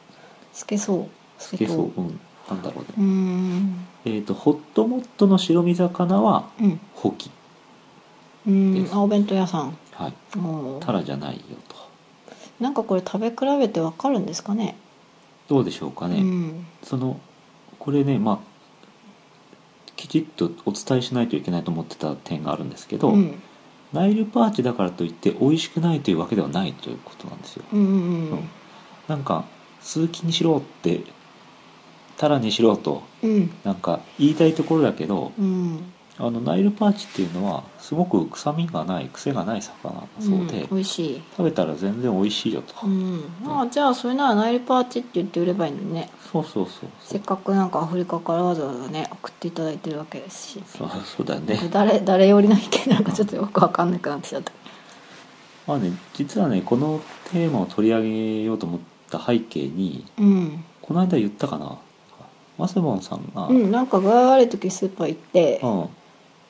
[SPEAKER 2] *laughs* 透けそう
[SPEAKER 1] ス
[SPEAKER 2] 透
[SPEAKER 1] ケ
[SPEAKER 2] け
[SPEAKER 1] ソ
[SPEAKER 2] そう
[SPEAKER 1] ウうんなんだろうね、
[SPEAKER 2] うーん
[SPEAKER 1] えっ、とホットモットの白身魚は
[SPEAKER 2] うん
[SPEAKER 1] ホキ
[SPEAKER 2] うー
[SPEAKER 1] で
[SPEAKER 2] ん
[SPEAKER 1] す
[SPEAKER 2] あお弁当屋さん
[SPEAKER 1] はい
[SPEAKER 2] おー
[SPEAKER 1] タラじゃないよと
[SPEAKER 2] なんかこれ食べ比べてわかるんですかね
[SPEAKER 1] どうでしょうかね、
[SPEAKER 2] うん
[SPEAKER 1] そのこれねまあきちっとお伝えしないといけないと思ってた点があるんですけど、
[SPEAKER 2] うん
[SPEAKER 1] ナイルパーチだからといって美味しくないというわけではないということなんですよ
[SPEAKER 2] うんうんう
[SPEAKER 1] うんんなんか鈴木にしろってタラにしろと
[SPEAKER 2] うん
[SPEAKER 1] なんか言いたいところだけど
[SPEAKER 2] うん
[SPEAKER 1] あのナイルパーチっていうのはすごく臭みがない癖がない魚だそうで、
[SPEAKER 2] ん美味しい
[SPEAKER 1] 食べたら全然美味しいよと、
[SPEAKER 2] うんあじゃあそれならナイルパーチって言って売ればいいのにね
[SPEAKER 1] そうそうそうそ
[SPEAKER 2] せっ
[SPEAKER 1] う
[SPEAKER 2] かくなんかアフリカからわざわざね送っていただいてるわけですし
[SPEAKER 1] そうそうだね
[SPEAKER 2] 誰誰よりの意見なんかちょっとよくわかんなくなってきちゃった
[SPEAKER 1] まあね実はねこのテーマを取り上げようと思った背景に
[SPEAKER 2] うん
[SPEAKER 1] この間言ったかなマセボンさんが、
[SPEAKER 2] うん、なんか具合悪い時スーパー行って
[SPEAKER 1] うん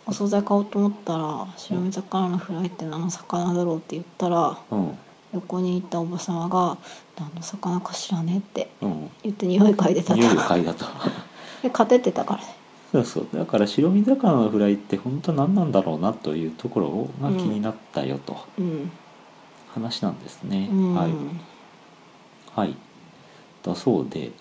[SPEAKER 2] お惣菜買おうと思ったら白身魚のフライって何の魚だろうって言ったら
[SPEAKER 1] うん
[SPEAKER 2] 横にいたおばさまが「何の魚か知らねえ」って
[SPEAKER 1] うん
[SPEAKER 2] 言って匂い嗅いでたと
[SPEAKER 1] 匂いを嗅いだと
[SPEAKER 2] で勝ててたからね
[SPEAKER 1] *laughs* そうそうだから白身魚のフライって本当何なんだろうなというところが気になったよと、
[SPEAKER 2] うん、
[SPEAKER 1] 話なんですね、
[SPEAKER 2] うん
[SPEAKER 1] はいはいだそうで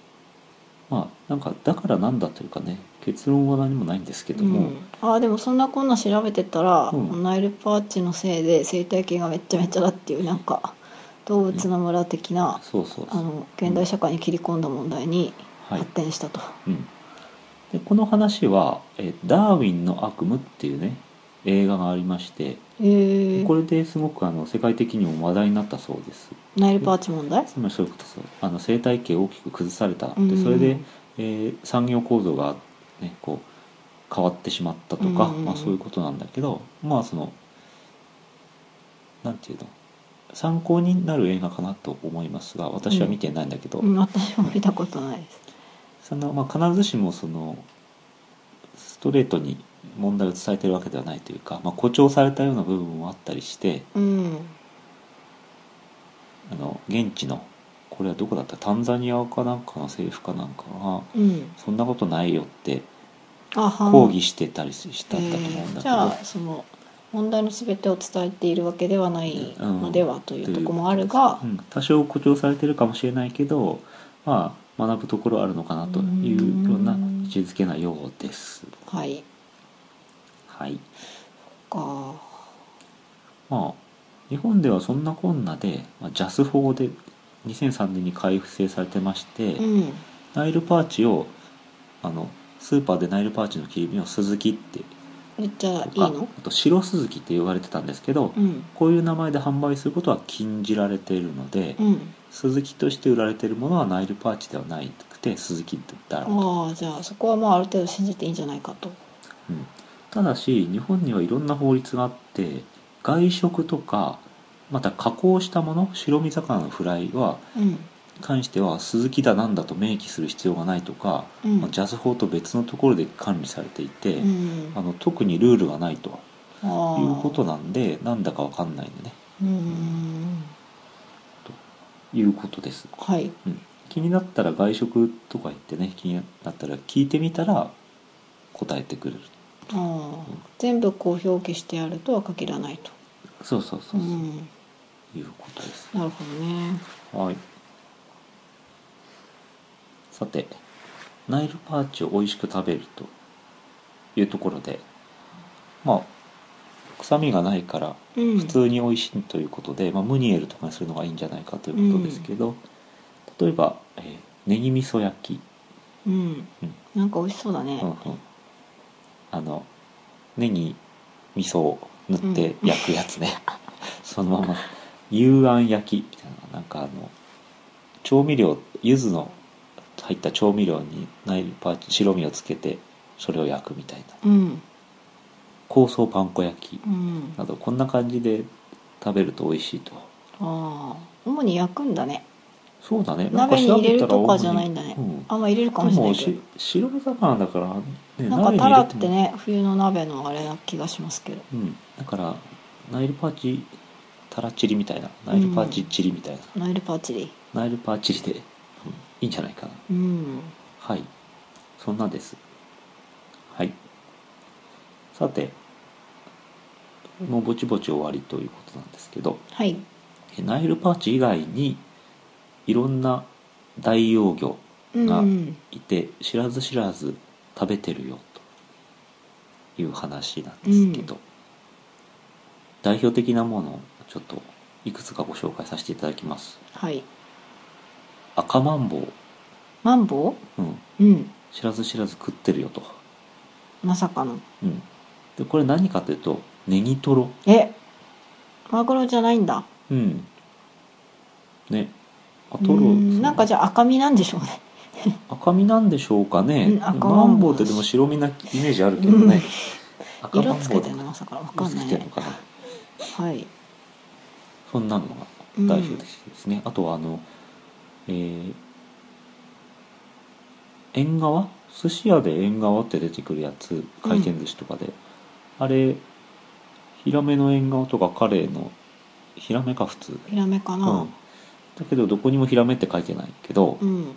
[SPEAKER 1] まあなんかだからなんだというかね結論は何もないんですけども、
[SPEAKER 2] うんあーでもそんなこんな調べてたら、
[SPEAKER 1] うん
[SPEAKER 2] ナイルパーチのせいで生態系がめちゃめちゃだっていうなんか動物の村的な、
[SPEAKER 1] そうそう
[SPEAKER 2] あ
[SPEAKER 1] そう
[SPEAKER 2] の現代社会に切り込んだ問題に
[SPEAKER 1] はい
[SPEAKER 2] 発展したと、
[SPEAKER 1] うん、でこの話は「えダーウィンの悪夢」っていうね映画がありまして
[SPEAKER 2] へえ
[SPEAKER 1] これですごくあの世界的にも話題になったそうです
[SPEAKER 2] ナイルパーチ問題
[SPEAKER 1] つまりそういうことそうあの生態系を大きく崩された
[SPEAKER 2] う
[SPEAKER 1] で
[SPEAKER 2] ん
[SPEAKER 1] それで、えー産業構造が、ね、こう変わってしまったとか、
[SPEAKER 2] うん
[SPEAKER 1] まあ、そういうことなんだけどまあそのなんていうの参考になる映画かなと思いますが私は見てないんだけど、
[SPEAKER 2] うん、私も見たことないです。
[SPEAKER 1] そのまあ、必ずしもそのストレートに問題を伝えてるわけではないというか、まあ、誇張されたような部分もあったりして
[SPEAKER 2] うん。
[SPEAKER 1] あの現地のこれはどこだったタンザニアかなんかの政府かなんかが
[SPEAKER 2] うん。
[SPEAKER 1] そんなことないよって
[SPEAKER 2] あは
[SPEAKER 1] 抗議してたりしたんだと思うん
[SPEAKER 2] えー
[SPEAKER 1] だ
[SPEAKER 2] じ
[SPEAKER 1] け
[SPEAKER 2] ゃ
[SPEAKER 1] ど
[SPEAKER 2] あ、その問題のすべてを伝えているわけではないのではというとこもあるが
[SPEAKER 1] う、ん、多少誇張されてるかもしれないけどまあ学ぶところあるのかなというような
[SPEAKER 2] うん
[SPEAKER 1] 位置づけなようです。
[SPEAKER 2] はい。
[SPEAKER 1] はい
[SPEAKER 2] か。
[SPEAKER 1] まあ、日本ではそんなこんなで、まあ、ジャス法で2003年に改正されてまして、
[SPEAKER 2] うん。
[SPEAKER 1] ナイルパーチをあのスーパーでナイルパーチの切り身をスズキって
[SPEAKER 2] 言っちゃいい
[SPEAKER 1] とか
[SPEAKER 2] の？
[SPEAKER 1] あと白スズキって言われてたんですけど、
[SPEAKER 2] うん。
[SPEAKER 1] こういう名前で販売することは禁じられているので、
[SPEAKER 2] うん。
[SPEAKER 1] スズキとして売られているものはナイルパーチではなくてスズキだろうと、
[SPEAKER 2] ああ、じゃあそこはまあある程度信じていいんじゃないかと。
[SPEAKER 1] うんただし日本にはいろんな法律があって外食とかまた加工したもの白身魚のフライは
[SPEAKER 2] うん。
[SPEAKER 1] 関しては鈴木だなんだと明記する必要がないとか、
[SPEAKER 2] うん。
[SPEAKER 1] まあジャズ法と別のところで管理されていて、
[SPEAKER 2] うん。
[SPEAKER 1] あの特にルールがないという
[SPEAKER 2] ああ
[SPEAKER 1] ことなんでなんだかわかんないんでね
[SPEAKER 2] うん。
[SPEAKER 1] いうことです、
[SPEAKER 2] はい。
[SPEAKER 1] うん、気になったら外食とか言ってね気になったら聞いてみたら答えてくれる
[SPEAKER 2] ああ、全部こう表記してあるとは限らないと。
[SPEAKER 1] そうそうそううそう、
[SPEAKER 2] ん。
[SPEAKER 1] いうことです
[SPEAKER 2] なるほどね。
[SPEAKER 1] はいさてナイルパーチを美味しく食べるというところでまあ臭みがないから
[SPEAKER 2] うん。
[SPEAKER 1] 普通に美味しいということで、まあ、ムニエルとかにするのがいいんじゃないかということですけど、例えば、えーネギ味噌焼き、
[SPEAKER 2] うん
[SPEAKER 1] うん。
[SPEAKER 2] なんか美味しそうだね
[SPEAKER 1] うんうん。、あのネギ味噌を塗って焼くやつね、 *laughs* そのまま幽庵焼きみたいななんかあの調味料柚子の入った調味料にナイルパーチ白身をつけてそれを焼くみたいな
[SPEAKER 2] うん。
[SPEAKER 1] 香草パン粉焼き
[SPEAKER 2] うん。あ
[SPEAKER 1] などこんな感じで食べると美味しいと
[SPEAKER 2] あ、主に焼くんだね。
[SPEAKER 1] そうだね
[SPEAKER 2] 鍋に入れるとかじゃない
[SPEAKER 1] ん
[SPEAKER 2] んだね
[SPEAKER 1] う。ん
[SPEAKER 2] あんま入れるかも
[SPEAKER 1] で
[SPEAKER 2] しれな
[SPEAKER 1] も
[SPEAKER 2] いけ
[SPEAKER 1] し白
[SPEAKER 2] ど。
[SPEAKER 1] 身魚だから、ね、
[SPEAKER 2] なん
[SPEAKER 1] 鍋
[SPEAKER 2] かタ
[SPEAKER 1] に入れ
[SPEAKER 2] ラ
[SPEAKER 1] も
[SPEAKER 2] ってね、冬の鍋のあれな気がしますけど。
[SPEAKER 1] うん、だからナイルパーチタラチリみたいなナイルパーチチリみたいな、
[SPEAKER 2] ナイルパーチリ。
[SPEAKER 1] ナイルパーチリで、うんいいんじゃないかな
[SPEAKER 2] うん。
[SPEAKER 1] はいそんなですはいさてもうぼちぼち終わりということなんですけど
[SPEAKER 2] はい。
[SPEAKER 1] えナイルパーチ以外にいろんな大幼魚
[SPEAKER 2] うん
[SPEAKER 1] が
[SPEAKER 2] うん。
[SPEAKER 1] いて知らず知らず食べてるよという話なんですけど、代表的なものをちょっといくつかご紹介させていただきます
[SPEAKER 2] はい。
[SPEAKER 1] 赤マンボウ、
[SPEAKER 2] マンボ
[SPEAKER 1] うん、
[SPEAKER 2] ウうん。
[SPEAKER 1] 知らず知らず食ってるよと、
[SPEAKER 2] まさかの。
[SPEAKER 1] うん、でこれ何かというとネギトロ
[SPEAKER 2] えマグロじゃないんだ。
[SPEAKER 1] うんねあ
[SPEAKER 2] う
[SPEAKER 1] トロ
[SPEAKER 2] んなんかじゃあ赤身なんでしょうね。
[SPEAKER 1] 赤身なんでしょうかね、
[SPEAKER 2] うん赤
[SPEAKER 1] マ
[SPEAKER 2] マン
[SPEAKER 1] ン
[SPEAKER 2] ボ
[SPEAKER 1] ボ
[SPEAKER 2] ウ
[SPEAKER 1] ウってでも白身なイメージあるけどね、赤マンボウ
[SPEAKER 2] 色つけてんのまさかわか
[SPEAKER 1] 色
[SPEAKER 2] ん
[SPEAKER 1] つ
[SPEAKER 2] な
[SPEAKER 1] け
[SPEAKER 2] い
[SPEAKER 1] てる
[SPEAKER 2] ね
[SPEAKER 1] の。かな
[SPEAKER 2] はい。
[SPEAKER 1] そんなのが代表的ですね、あとはあのえー縁側寿司屋で縁側って出てくるやつ回転寿司とかで、あれヒラメの縁側とかカレーのヒラメか普通
[SPEAKER 2] ヒラメか
[SPEAKER 1] うん、
[SPEAKER 2] な。
[SPEAKER 1] だけどどこにもヒラメって書いてないけど、
[SPEAKER 2] うん。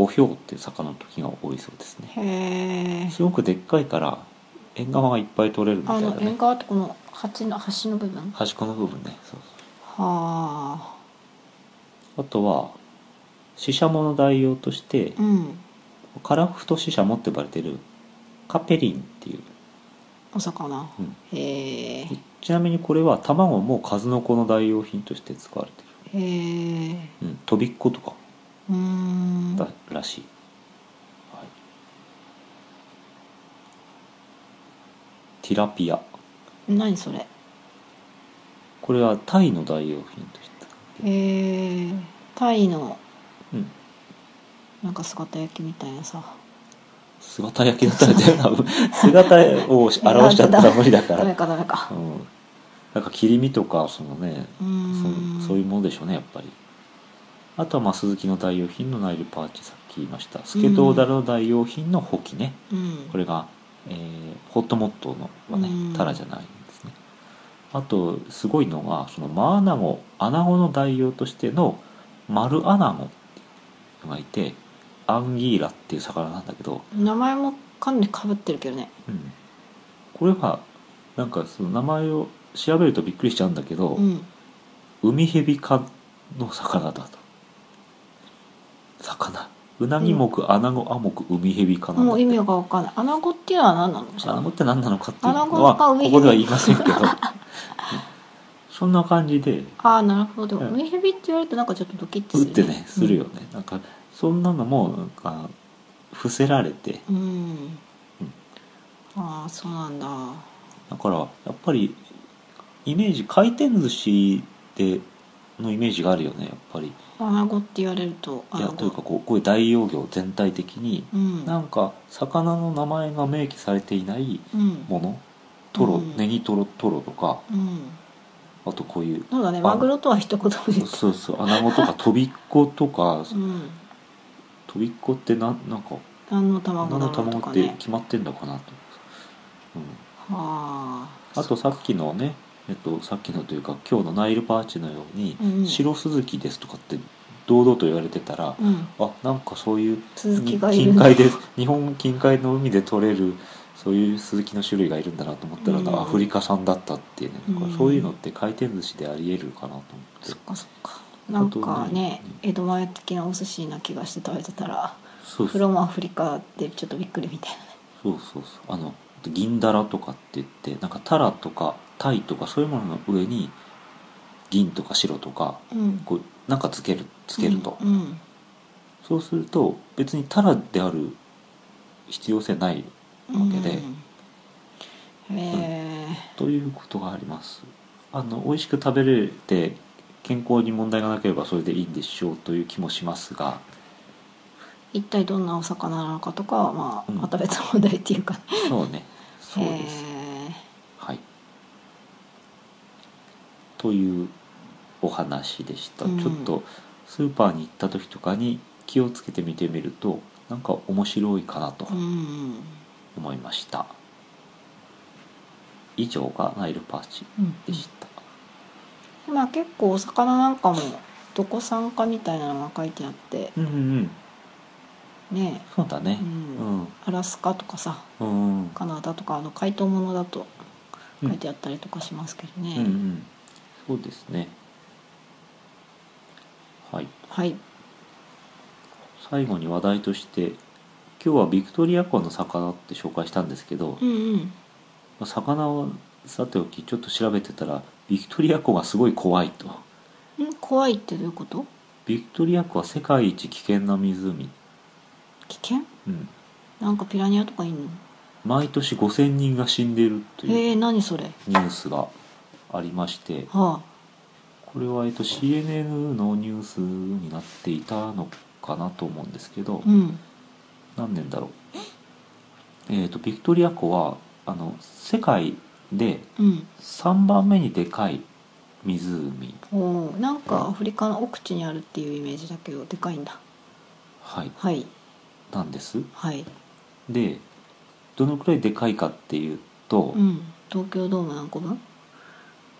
[SPEAKER 1] おひょうっていう魚の時が多いそうですね
[SPEAKER 2] へえ。
[SPEAKER 1] すごくでっかいから縁側がいっぱい取れるみた
[SPEAKER 2] あ
[SPEAKER 1] いな
[SPEAKER 2] の縁
[SPEAKER 1] ね
[SPEAKER 2] 側ってこの鉢の端の部分。は
[SPEAKER 1] 端っこの部分ねそうそう
[SPEAKER 2] あ。
[SPEAKER 1] あとはシシャモの代用として
[SPEAKER 2] うん。
[SPEAKER 1] カラフトシシャモって呼ばれてるカペリンっていう、
[SPEAKER 2] お魚。
[SPEAKER 1] うん
[SPEAKER 2] へえ。
[SPEAKER 1] ちなみにこれは卵も数の子の代用品として使われて
[SPEAKER 2] へえ。
[SPEAKER 1] る、うん、とびっことか
[SPEAKER 2] うーん。
[SPEAKER 1] だらしい、はい、ティラピア
[SPEAKER 2] 何それ。
[SPEAKER 1] これはタイの代用品として、
[SPEAKER 2] へえ。タイの
[SPEAKER 1] うん、
[SPEAKER 2] なんか姿焼きみたいなさ。
[SPEAKER 1] 姿焼きだったら全部多分姿を表しちゃったら無理だか
[SPEAKER 2] ダ
[SPEAKER 1] ら
[SPEAKER 2] メかダメか
[SPEAKER 1] う。ん、なんか切り身とかそのね
[SPEAKER 2] う
[SPEAKER 1] そ
[SPEAKER 2] ん
[SPEAKER 1] そういうものでしょうねやっぱりあとはまあ鈴木の代用品のナイルパーチさっき言いましたスケトウダラの代用品の補機ね、
[SPEAKER 2] うん
[SPEAKER 1] これが、えーホットモットーのはね
[SPEAKER 2] うん
[SPEAKER 1] タラじゃないんですねあとすごいのがそのマアナゴアナゴの代用としてのマルアナゴっていうのがいてアンギーラっていう魚なんだけど、
[SPEAKER 2] 名前もかなりかぶってるけどね
[SPEAKER 1] うんこれはなんかその名前を調べるとびっくりしちゃうんだけど、
[SPEAKER 2] うん
[SPEAKER 1] ウミヘビ科の魚だと魚ウナギ目アナゴアモクウミヘビ科なんだ
[SPEAKER 2] も
[SPEAKER 1] っ
[SPEAKER 2] う
[SPEAKER 1] て
[SPEAKER 2] 意味が分かんないアナゴっていうのは何なのじ
[SPEAKER 1] ア
[SPEAKER 2] ゃ
[SPEAKER 1] ナ
[SPEAKER 2] あ
[SPEAKER 1] ゴって何なのかっていう
[SPEAKER 2] ア
[SPEAKER 1] の
[SPEAKER 2] ナゴ
[SPEAKER 1] は
[SPEAKER 2] かウミヘ
[SPEAKER 1] こ
[SPEAKER 2] ビ
[SPEAKER 1] こでは言いませんけどそんな感じで
[SPEAKER 2] あーなるほど
[SPEAKER 1] うん
[SPEAKER 2] ウミヘビって言われるとなんかちょっとドキッて
[SPEAKER 1] 打っ
[SPEAKER 2] する
[SPEAKER 1] てねするよね、なんかそんなのもなんか伏せられて
[SPEAKER 2] うん、うんああそうなんだ
[SPEAKER 1] だからやっぱりイメージ回転寿司でのイメージがあるよねやっぱり
[SPEAKER 2] アナゴって言われるとア
[SPEAKER 1] い
[SPEAKER 2] ナ
[SPEAKER 1] や
[SPEAKER 2] ゴ
[SPEAKER 1] というかこうこういう大容業全体的に
[SPEAKER 2] うん
[SPEAKER 1] なんか魚の名前が明記されていない
[SPEAKER 2] うん
[SPEAKER 1] ものトロ、
[SPEAKER 2] うん
[SPEAKER 1] ネギトロトロとか
[SPEAKER 2] うん
[SPEAKER 1] あとこういう
[SPEAKER 2] そうだね
[SPEAKER 1] あ
[SPEAKER 2] マグロとは一言も言って
[SPEAKER 1] そうそうアナゴとかトビッコとか
[SPEAKER 2] うん
[SPEAKER 1] トビッコってなんなんか
[SPEAKER 2] 何の
[SPEAKER 1] 何
[SPEAKER 2] 卵だ
[SPEAKER 1] の
[SPEAKER 2] ろうと
[SPEAKER 1] 卵
[SPEAKER 2] か
[SPEAKER 1] って
[SPEAKER 2] ね
[SPEAKER 1] 決まってんだかなと、うん、
[SPEAKER 2] はあ
[SPEAKER 1] あとさっきのねえっとさっきのというか今日のナイルパーチのように
[SPEAKER 2] うんう
[SPEAKER 1] 「
[SPEAKER 2] ん
[SPEAKER 1] 白スズキです」とかって堂々と言われてたら、
[SPEAKER 2] うん
[SPEAKER 1] あなんかそういう
[SPEAKER 2] 続き
[SPEAKER 1] 近
[SPEAKER 2] がいる
[SPEAKER 1] 海で日本近海の海で取れるそういうスズキの種類がいるんだなと思ったら、
[SPEAKER 2] うん
[SPEAKER 1] アフリカ産だったっていうね、
[SPEAKER 2] うん
[SPEAKER 1] これそういうのって回転寿司でありえるかなと思って
[SPEAKER 2] そっかそっかなんかね
[SPEAKER 1] あと
[SPEAKER 2] 江戸前的なお寿司な気がして食べてたら
[SPEAKER 1] そう
[SPEAKER 2] フ
[SPEAKER 1] そう
[SPEAKER 2] ロムアフリカでちょっとびっくりみたいなね
[SPEAKER 1] そうそうそうあの銀だらとかって言ってなんかタラとかタイとかそういうものの上に銀とか白とか
[SPEAKER 2] うん
[SPEAKER 1] こうなんかつけるつけると、
[SPEAKER 2] うんうん
[SPEAKER 1] そうすると別にタラである必要性ないわけで、
[SPEAKER 2] うんへ
[SPEAKER 1] ということがありますあの美味しく食べれて健康に問題がなければそれでいいんでしょうという気もします *laughs* が
[SPEAKER 2] え一体どんなお魚なのかとかはまあ
[SPEAKER 1] うん
[SPEAKER 2] また別の問題っていうか
[SPEAKER 1] そうねそう
[SPEAKER 2] へ
[SPEAKER 1] ですはいというお話でした、
[SPEAKER 2] うん
[SPEAKER 1] ちょっとスーパーに行った時とかに気をつけて見てみるとなんか面白いかなと
[SPEAKER 2] えうん
[SPEAKER 1] 思いました、以上がナイルパーチ
[SPEAKER 2] うん
[SPEAKER 1] でした、
[SPEAKER 2] まあ結構お魚なんかもどこ産かみたいなのが書いてあって
[SPEAKER 1] うんうんうん
[SPEAKER 2] ね
[SPEAKER 1] そうだね
[SPEAKER 2] えう
[SPEAKER 1] うんん
[SPEAKER 2] アラスカとかさ
[SPEAKER 1] うんうん
[SPEAKER 2] カナダとかあの解凍物だと
[SPEAKER 1] うん
[SPEAKER 2] 書いてあったりとかしますけどね、
[SPEAKER 1] うんうん、そうですねはい
[SPEAKER 2] はい
[SPEAKER 1] 最後に話題として今日はビクトリア湖の魚って紹介したんですけど、
[SPEAKER 2] うんうん
[SPEAKER 1] まあ魚をさておきちょっと調べてたらビクトリア湖がすごい怖いと
[SPEAKER 2] ん怖いってどういうこと
[SPEAKER 1] ビクトリア湖は世界一危険な湖、
[SPEAKER 2] 危険
[SPEAKER 1] うん、
[SPEAKER 2] なんかピラニアとかいんの
[SPEAKER 1] 毎年5,000人が死んでるという
[SPEAKER 2] へえ何それ
[SPEAKER 1] ニュースがありまして
[SPEAKER 2] は
[SPEAKER 1] これは、えっと、CNN のニュースになっていたのかなと思うんですけど、
[SPEAKER 2] あうん
[SPEAKER 1] 何年だろうえー、とビクトリア湖はあの世界で
[SPEAKER 2] うん
[SPEAKER 1] 3番目にでかい湖
[SPEAKER 2] おーなんかアフリカの奥地にあるっていうイメージだけどでかいんだ
[SPEAKER 1] はい
[SPEAKER 2] はい
[SPEAKER 1] なんです
[SPEAKER 2] はい
[SPEAKER 1] でどのくらいでかいかっていうと、
[SPEAKER 2] うん東京ドーム何個分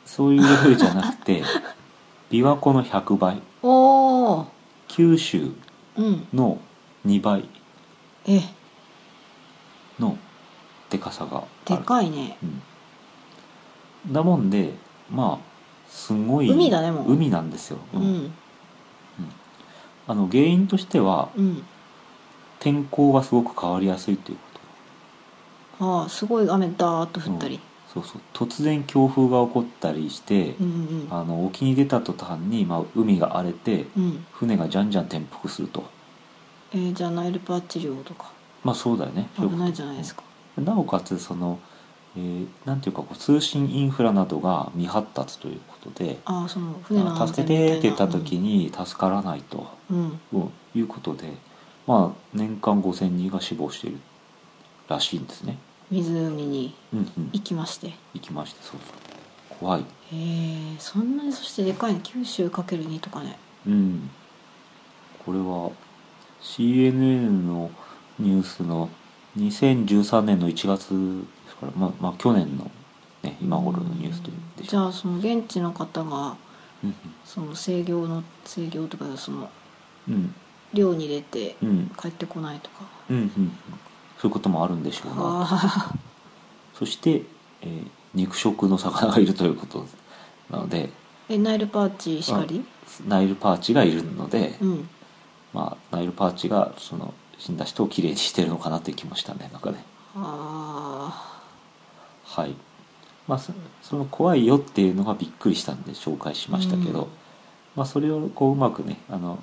[SPEAKER 1] そういうレベルじゃなくて *laughs* 琵琶湖の100倍
[SPEAKER 2] おお
[SPEAKER 1] 九州
[SPEAKER 2] うん
[SPEAKER 1] の2倍
[SPEAKER 2] え
[SPEAKER 1] のでかさがあ
[SPEAKER 2] で
[SPEAKER 1] る
[SPEAKER 2] かいね
[SPEAKER 1] うん、だもんでまあすごい
[SPEAKER 2] 海だねもう
[SPEAKER 1] 海なんですよ、
[SPEAKER 2] う
[SPEAKER 1] うん
[SPEAKER 2] ん
[SPEAKER 1] あの原因としては
[SPEAKER 2] うん
[SPEAKER 1] 天候がすごく変わりやすいということ
[SPEAKER 2] ああすごい雨ダーッと降ったり
[SPEAKER 1] そうそう突然強風が起こったりして、
[SPEAKER 2] うんうん
[SPEAKER 1] あの沖に出た途端に、まあ、海が荒れて
[SPEAKER 2] うん
[SPEAKER 1] 船がじゃんじゃん転覆すると
[SPEAKER 2] えーじゃあナイルパーチ漁とか
[SPEAKER 1] まあそうだよね
[SPEAKER 2] 危ないじゃないですか
[SPEAKER 1] なおかつその、えーなんていうかこう通信インフラなどが未発達ということで
[SPEAKER 2] ああその船の安
[SPEAKER 1] 助
[SPEAKER 2] 全
[SPEAKER 1] け
[SPEAKER 2] みたい
[SPEAKER 1] てっ
[SPEAKER 2] な
[SPEAKER 1] て言った時に助からないと、
[SPEAKER 2] うん
[SPEAKER 1] うんいうことで、まあ、年間5,000人が死亡しているらしいんですね。
[SPEAKER 2] 湖に
[SPEAKER 1] うんうん
[SPEAKER 2] 行きまして
[SPEAKER 1] 行きましてそうそう怖い
[SPEAKER 2] へえそんなにそしてでかいね九州かける2とかね
[SPEAKER 1] うんこれは CNN のニュースの2013年の1月ですからまあまあ去年の、ね、今頃のニュースというでし
[SPEAKER 2] じ
[SPEAKER 1] ょう
[SPEAKER 2] ゃあその現地の方が
[SPEAKER 1] うん
[SPEAKER 2] その制御の制御とかその
[SPEAKER 1] うん
[SPEAKER 2] 漁に出て
[SPEAKER 1] うん
[SPEAKER 2] 帰ってこないとか
[SPEAKER 1] うんうんうんそういうこともあるんでしょうな
[SPEAKER 2] あ
[SPEAKER 1] そして、えー肉食の魚がいるということなので
[SPEAKER 2] ーえナイルパーチしかり
[SPEAKER 1] ナイルパーチがいるので、
[SPEAKER 2] うん
[SPEAKER 1] まあ、ナイルパーチがその死んだ人をきれいにしてるのかなっていう気もしたねなんかね
[SPEAKER 2] あ
[SPEAKER 1] はい、まあ、そその怖いよっていうのがびっくりしたんで紹介しましたけど、
[SPEAKER 2] うん
[SPEAKER 1] まあ、それをこううまくねあの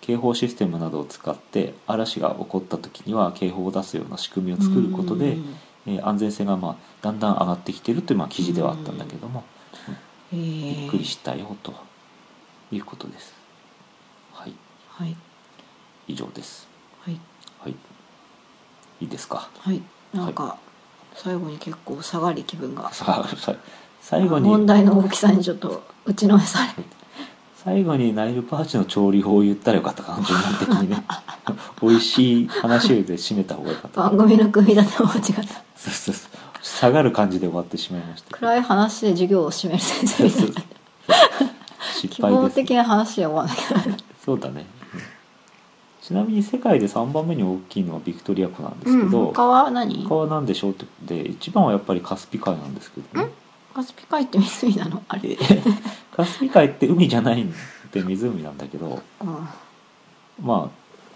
[SPEAKER 1] 警報システムなどを使って嵐が起こった時には警報を出すような仕組みを
[SPEAKER 2] あ
[SPEAKER 1] 作ることで、
[SPEAKER 2] う
[SPEAKER 1] え
[SPEAKER 2] ん
[SPEAKER 1] ー安全性がまあだんだん上がってきてるというまあ記事ではあったんだけども、
[SPEAKER 2] へえ
[SPEAKER 1] びっくりしたよということです。はい、
[SPEAKER 2] はい
[SPEAKER 1] 以上です。
[SPEAKER 2] はい
[SPEAKER 1] はい、いいですか。 *laughs*
[SPEAKER 2] はいなんか最後に結構下がり気分が
[SPEAKER 1] さあさ最後に
[SPEAKER 2] 問題の大きさにちょっと打ちのめされて
[SPEAKER 1] 最後にナイルパーチの調理法を言ったらよかったかな順番的に
[SPEAKER 2] *laughs*
[SPEAKER 1] ね美味しい話で締めた方がよかった
[SPEAKER 2] 番組の組み立ても間違った
[SPEAKER 1] そうそうそう下がる感じで終わってしまいました
[SPEAKER 2] *laughs* 暗い話で授業を締める先生
[SPEAKER 1] そう
[SPEAKER 2] み
[SPEAKER 1] そ
[SPEAKER 2] た *laughs* いうな希
[SPEAKER 1] 失敗
[SPEAKER 2] 望
[SPEAKER 1] です
[SPEAKER 2] 的な話で終わらなきゃ
[SPEAKER 1] そうだねうんちなみに世界で3番目に大きいのはビクトリア湖なんですけど、
[SPEAKER 2] 他は何
[SPEAKER 1] 他は何でしょうってことで一番はやっぱりカスピ海なんですけどね
[SPEAKER 2] カスピ海って湖なのあれ、
[SPEAKER 1] えカスピ海って海じゃないんで湖なんだけど
[SPEAKER 2] うん
[SPEAKER 1] まあ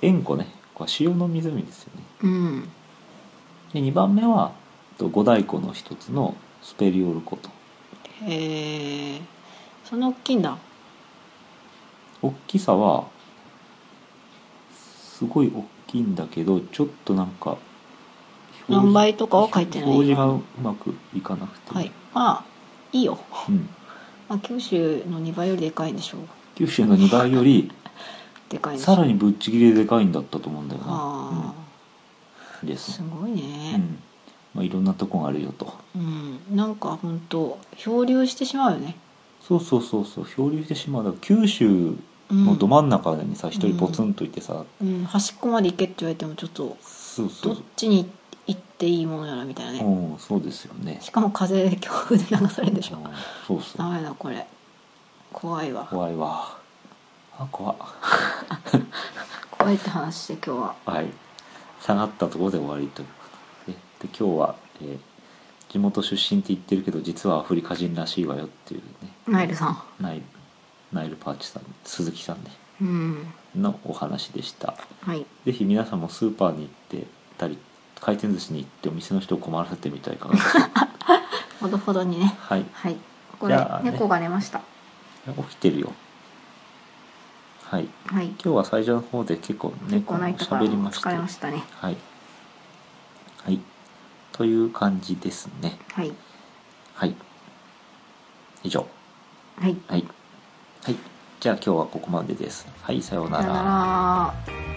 [SPEAKER 1] 塩湖ねこれ塩の湖ですよね
[SPEAKER 2] うん
[SPEAKER 1] で2番目はえっと五大湖の一つのスペリオル湖と
[SPEAKER 2] へえそんな大きいんだ
[SPEAKER 1] 大きさはすごい大きいんだけどちょっとなんか表示
[SPEAKER 2] 何倍とかは書いてない
[SPEAKER 1] 表示がうまくいかなくて、
[SPEAKER 2] はいまあいいよ、
[SPEAKER 1] うん、
[SPEAKER 2] まあ、九州の2倍よりでかいんでしょう
[SPEAKER 1] 九州の2倍より
[SPEAKER 2] でかいんでしょ
[SPEAKER 1] さらにぶっちぎりででかいんだったと思うんだよ
[SPEAKER 2] あ
[SPEAKER 1] な、うん、で
[SPEAKER 2] ーす
[SPEAKER 1] す、
[SPEAKER 2] ごいうね
[SPEAKER 1] んまあ、いろんなとこがあるよと
[SPEAKER 2] うん、なんか本当漂流してしまうよね、
[SPEAKER 1] そうそうそうそう漂流してしまうだから九州
[SPEAKER 2] うん、
[SPEAKER 1] のど真ん中にさ一、人ポツンといてさ、
[SPEAKER 2] うん、端っこまで行けって言われてもちょっと
[SPEAKER 1] そうそ
[SPEAKER 2] ど
[SPEAKER 1] う
[SPEAKER 2] っ
[SPEAKER 1] そう
[SPEAKER 2] ちに行っていいものやらみたいなね、
[SPEAKER 1] うん、そうですよね。
[SPEAKER 2] しかも風で強風で流されるでしょ
[SPEAKER 1] うんそうそ
[SPEAKER 2] ダ
[SPEAKER 1] う。
[SPEAKER 2] メだこれ怖いわ
[SPEAKER 1] 怖いわ。あ、怖っ。
[SPEAKER 2] 怖いって話で今日は
[SPEAKER 1] はい。下がったところで終わりということで。で、今日は、えー地元出身って言ってるけど、実はアフリカ人らしいわよっていうね、
[SPEAKER 2] ナイルさん
[SPEAKER 1] ナイル、ナイルパーチさん、鈴木さんね、
[SPEAKER 2] うん
[SPEAKER 1] のお話でした。
[SPEAKER 2] はい
[SPEAKER 1] ぜひ皆さんもスーパーに行ってたり、回転寿司に行ってお店の人を困らせてみたいかが
[SPEAKER 2] *laughs*
[SPEAKER 1] でしょうか
[SPEAKER 2] ほどほどにね
[SPEAKER 1] はい。
[SPEAKER 2] はいこれ
[SPEAKER 1] じゃあね
[SPEAKER 2] 猫が寝ました
[SPEAKER 1] 起きてるよ。はい。
[SPEAKER 2] はい
[SPEAKER 1] 今日は最初の方で結構
[SPEAKER 2] 結
[SPEAKER 1] 猫
[SPEAKER 2] 構
[SPEAKER 1] の
[SPEAKER 2] 泣いたから
[SPEAKER 1] 喋りまし
[SPEAKER 2] 疲
[SPEAKER 1] た
[SPEAKER 2] れましたね
[SPEAKER 1] はいはいという感じですね
[SPEAKER 2] はい
[SPEAKER 1] はい以上
[SPEAKER 2] はい
[SPEAKER 1] はいはいじゃあ今日はここまでですはいさよう
[SPEAKER 2] さよなら